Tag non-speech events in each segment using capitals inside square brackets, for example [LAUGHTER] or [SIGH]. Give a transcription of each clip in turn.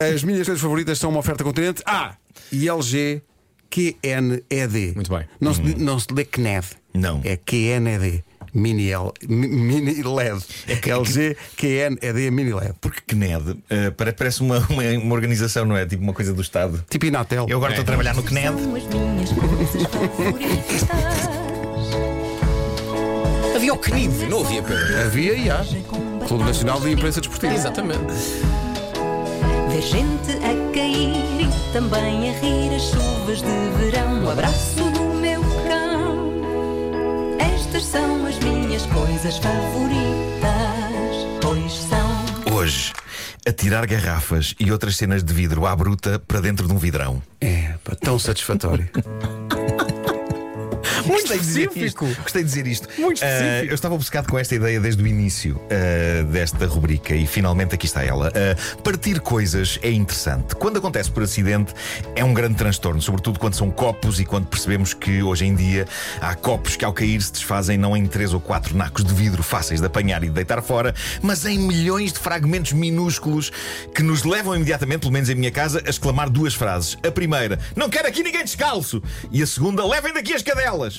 As minhas coisas favoritas são uma oferta continente A e LG QNED. Muito bem. Não, se, não se lê KNED. Hum. Não. É QNED. Mini, L, mi- mini LED. É LG QNED Mini LED. Porque CNED eh, pare- parece uma, uma, uma organização, não é? Tipo uma coisa do Estado. Tipo Inatel. Eu agora É. estou a trabalhar no CNED. São as minhas coisas favoritas. Havia o CNIV, não havia, Pedro? Havia e há. Clube Nacional de Imprensa Desportiva. Exatamente. Ver gente a cair e também a rir as chuvas de verão. O abraço do meu cão. Estas são as minhas coisas favoritas, pois são. Hoje, atirar garrafas e outras cenas de vidro à bruta para dentro de um vidrão. É, pá, tão [LAUGHS] satisfatório. Muito gostei específico. De dizer isto. Gostei de dizer isto. Muito Ah, específico. eu estava obcecado com esta ideia desde o início ah, desta rubrica e finalmente aqui está ela. Ah, partir coisas é interessante. Quando acontece por acidente, é um grande transtorno, sobretudo quando são copos e quando percebemos que hoje em dia há copos que ao cair se desfazem não em três ou quatro nacos de vidro fáceis de apanhar e de deitar fora, mas em milhões de fragmentos minúsculos que nos levam imediatamente, pelo menos em minha casa, a exclamar duas frases. A primeira, não quero aqui ninguém descalço! E a segunda, levem daqui as cadelas!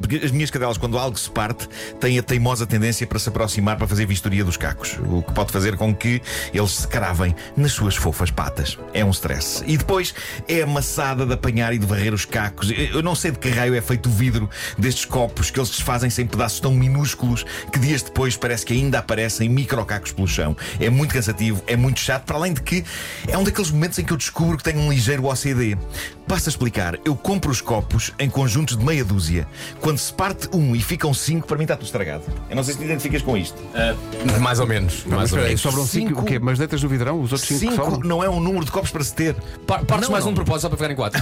Porque as minhas cadelas, quando algo se parte, têm a teimosa tendência para se aproximar para fazer vistoria dos cacos, o que pode fazer com que eles se cravem nas suas fofas patas. É um stress. E depois é a maçada de apanhar e de varrer os cacos. Eu eu não sei de que raio é feito o vidro destes copos que eles desfazem-se em pedaços tão minúsculos que dias depois parece que ainda aparecem microcacos pelo chão. É muito cansativo, é muito chato, para além de que é um daqueles momentos em que eu descubro que tenho um ligeiro OCD. Basta explicar, eu compro os copos em conjuntos de meia dúzia. Quando se parte um e ficam cinco, para mim está tudo estragado. Eu não sei se te identificas com isto. Mais ou menos. Mas Mais ou espera aí, menos. sobram cinco, Cinco. o quê? Mas deitas no vidrão? Os outros cinco, que sobram? Cinco não é um número de copos para se ter. [LAUGHS] Pa- Partes Não, mais não. um de propósito só para ficarem quatro.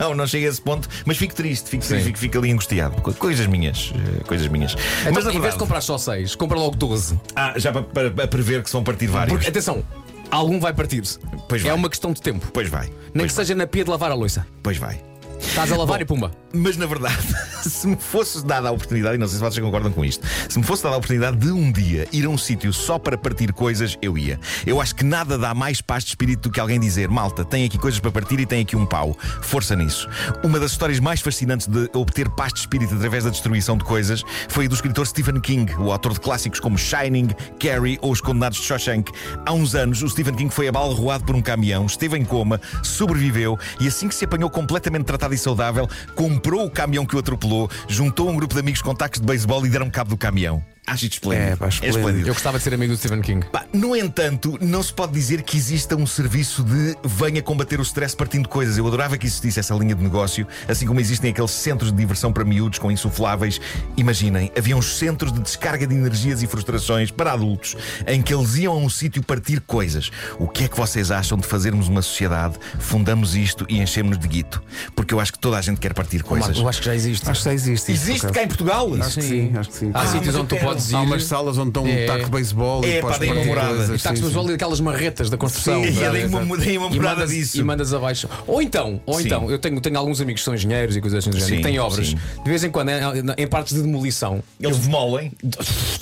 Não, não cheguei a esse ponto, mas fico triste, fico, triste, Sim. fico, fico ali angustiado. Co- Coisas minhas, eh, coisas minhas. Mas mas na Então, em vez verdade, de comprar só seis, compra logo 12. ah, já para, para- para prever que se vão partir vários. Porque, atenção, algum vai partir-se. Pois É vai. uma questão de tempo. Pois vai, Nem pois, que seja na pia de lavar a louça. pois vai. Estás a lavar e pumba. Mas na verdade, [LAUGHS] se me fosse dada a oportunidade, e não sei se vocês concordam com isto, se me fosse dada a oportunidade de um dia ir a um sítio só para partir coisas, eu ia. Eu acho que nada dá mais paz de espírito do que alguém dizer: malta, tem aqui coisas para partir e tem aqui um pau. Força nisso. Uma das histórias mais fascinantes de obter paz de espírito através da destruição de coisas foi a do escritor Stephen King, o autor de clássicos como Shining, Carrie ou Os Condenados de Shawshank. Há uns anos, o Stephen King foi abalroado por um caminhão, esteve em coma, sobreviveu e assim que se apanhou completamente tratado e saudável, comprou o caminhão que o atropelou, juntou um grupo de amigos com taques de beisebol e deram cabo do caminhão. Acho isto esplêndido. É, pá, esplêndido. Eu gostava de ser amigo do Stephen King. Pá, no entanto, não se pode dizer que exista um serviço de venha combater o stress partindo coisas. Eu adorava que existisse essa linha de negócio, assim como existem aqueles centros de diversão para miúdos com insufláveis. Imaginem, havia uns centros de descarga de energias e frustrações para adultos em que eles iam a um sítio partir coisas. O que é que vocês acham de fazermos uma sociedade, fundamos isto e enchemos-nos de guito? Porque eu acho que toda a gente quer partir coisas. Marco, eu acho que já existe. Acho que já existe. isto, Existe por cá em Portugal? acaso. Acho que sim, acho que sim. Há Há- sítios onde tu quero. podes ir. Há umas salas onde estão É. um taco de beisebol É, e pá, podes dei uma partir morada. coisas, E está sim, sim. é com aquelas marretas da construção. Sim, Não é? dei uma- Exato. dei uma e morada mandas, disso. E mandas abaixo. Ou então, ou Sim. então, eu tenho, tenho alguns amigos que são engenheiros e coisas assim do Sim, género, que têm obras. sim. De vez em quando, em- em partes de demolição, Eles demolem.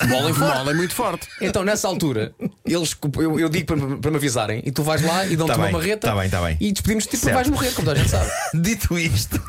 molem fora. Mola é muito forte. Então, nessa altura, eles, eu, eu digo para, para me avisarem e tu vais lá e dão-te Tá uma bem, marreta tá bem, tá bem. e despedimos-te tipo, Certo. vais morrer, como toda a gente sabe. [LAUGHS] Dito isto,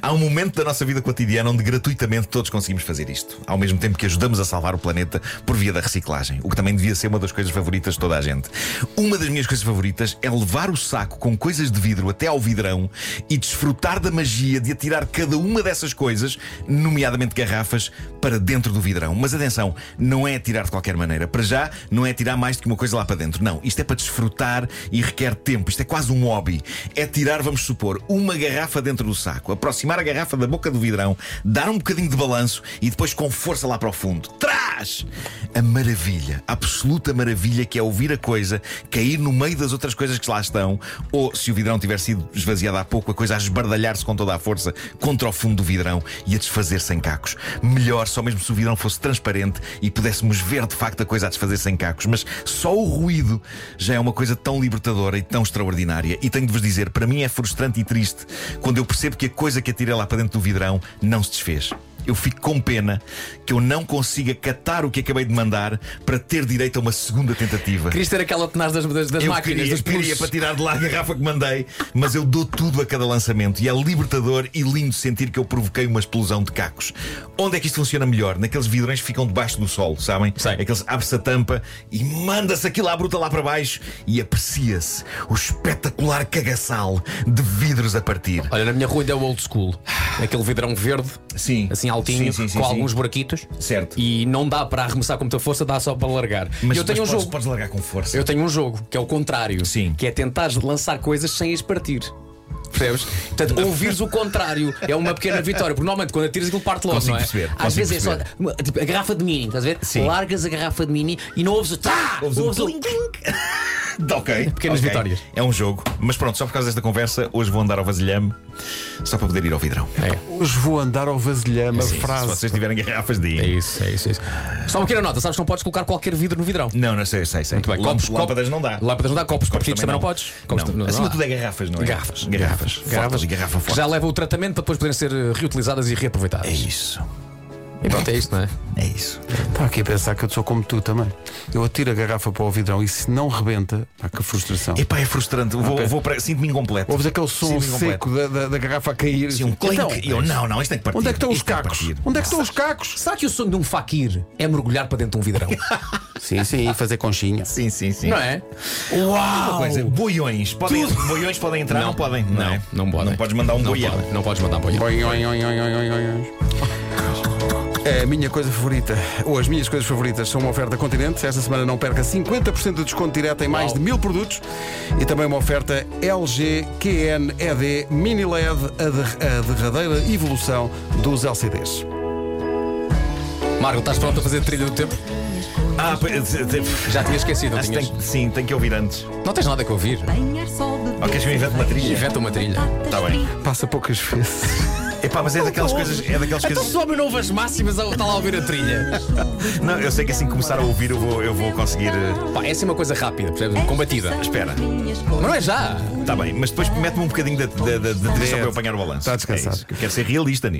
há um momento da nossa vida cotidiana onde gratuitamente todos conseguimos fazer isto, ao mesmo tempo que ajudamos a salvar o planeta por via da reciclagem, o que também devia ser uma das coisas favoritas de toda a gente. Uma das minhas coisas favoritas é levar o saco com coisas de vidro até ao vidrão e desfrutar da magia de atirar cada uma dessas coisas, nomeadamente garrafas, para dentro do vidrão. Mas atenção, não é atirar de qualquer maneira. Para já, não é tirar mais do que uma coisa lá para dentro. Não, isto é para desfrutar e requer tempo. Isto é quase um hobby. É tirar, vamos supor, uma garrafa dentro do saco, aproximar a garrafa da boca do vidrão, dar um bocadinho de balanço e depois com força lá para o fundo. Trás! A maravilha, a absoluta maravilha que é ouvir a coisa cair no meio das outras coisas que lá estão, ou se o vidrão tiver sido esvaziado há pouco, a coisa a esbardalhar-se com toda a força contra o fundo do vidrão e a desfazer sem cacos. Melhor só mesmo se o vidrão fosse transparente e pudéssemos ver de facto a coisa a desfazer sem cacos, mas só o ruído já é uma coisa tão libertadora e tão extraordinária. E tenho de vos dizer, para mim é frustrante e triste quando eu percebo que a coisa que atirei lá para dentro do vidrão não se desfez. eu fico com pena que eu não consiga catar o que acabei de mandar para ter direito a uma segunda tentativa. Querias ter aquela tenaz das, das, das eu máquinas, queria, dos queria pulsos. para tirar de lá a garrafa que mandei, mas eu dou tudo a cada lançamento e é libertador e lindo sentir que eu provoquei uma explosão de cacos. Onde é que isto funciona melhor? Naqueles vidrões que ficam debaixo do sol, sabem? Sei. Aqueles abre-se a tampa e manda-se aquilo à bruta lá para baixo e aprecia-se o espetacular cagaçal de vidros a partir. Olha, na minha rua ainda é o old school. Aquele vidrão verde, Sim. assim altinho, Sim, sim, sim, com sim. alguns buraquitos. Certo. E não dá para arremessar com muita força, dá só para largar. Mas, E eu tenho mas um podes, jogo. podes largar com força. Eu tenho um jogo que é o contrário. Sim. Que é tentar lançar coisas sem as partir. Percebes? Portanto, ouvires o contrário é uma pequena vitória. Porque normalmente quando atiras aquilo parte logo, Consigo não é? perceber, Às consigo vezes é só uma- tipo, a garrafa de mini, estás a ver? Sim. Largas a garrafa de mini e não ouves o tá! Ouves um o clink, clink. [LAUGHS] ok. Pequenas ok. vitórias. É um jogo. Mas pronto, só por causa desta conversa, hoje vou andar ao vasilhame só para poder ir ao vidrão. É. Hoje vou andar ao vasilhama, Sim, Se frase. vocês tiverem garrafas de. É isso, é isso, é isso. Só uma pequena nota, sabes que não podes colocar qualquer vidro no vidrão. Não, não sei, sei, sei. Muito bem, Lâmp- copos, lâmpadas copo- não dá. lâmpadas não dá, copos partidos também não podes. Copos Não. não- não Acima dá. de tudo é garrafas, não é? Garrafas. Garrafas. Garrafas. e garrafa Que forte. já leva o tratamento para depois poderem ser eh, reutilizadas e reaproveitadas. É isso. E pronto, é isto, não é? É isso. Estava aqui a pensar que eu sou como tu também. Eu atiro a garrafa para o vidrão e se não rebenta, pá, que frustração. Epá, é frustrante. Vou, vou para... Sinto-me incompleto. Ouves aquele som Sinto-me incompleto. seco da, da- da garrafa a cair. Sim, um clink. Então, E eu, não, não, isto tem que partir. onde é que estão os Isto tem cacos? partir. Onde é que estão os cacos? Será que o sonho de um fakir é mergulhar para dentro de um vidrão? Sim, sim, fazer conchinha. Sim, sim, [LAUGHS] sim. não é? Uma coisa, boiões. Podem, boiões podem entrar? Não, podem. Não, é? não, não podem. podes mandar um Não, boião. pode, não podes mandar boião. Oi, oi, oi, oi, oi, oi, oi, oi. É A minha coisa favorita, ou as minhas coisas favoritas, são uma oferta Continente. Esta semana não perca 50% de desconto direto em mais Uau. de mil produtos e também uma oferta LG QNED Mini LED, a, der- a derradeira evolução dos LCDs. Marco, estás pronto a fazer a trilha do tempo? Ah, pois, eh, eh, Já tinha esquecido, não acho que tinhas? tem- sim, tem que ouvir antes. Não tens nada que ouvir. Apanhar só bebê. Ou queres que eu invente uma trilha? Inventa uma trilha. Tá bem. Passa poucas vezes. Epá, mas é daquelas coisas. É daquelas Então coisas. se o homem não ouve as máximas, está lá a ouvir a trilha. Não, eu sei que assim que começar a ouvir eu vou, eu vou conseguir. eh, Pá, essa é uma coisa rápida, percebes? Combatida. Espera. Mas não é já. um Tá bem, mas depois mete-me um bocadinho da da- da- da trilha só para eu apanhar o balanço. Tá descansado. É isso. Eu quero ser realista nisto.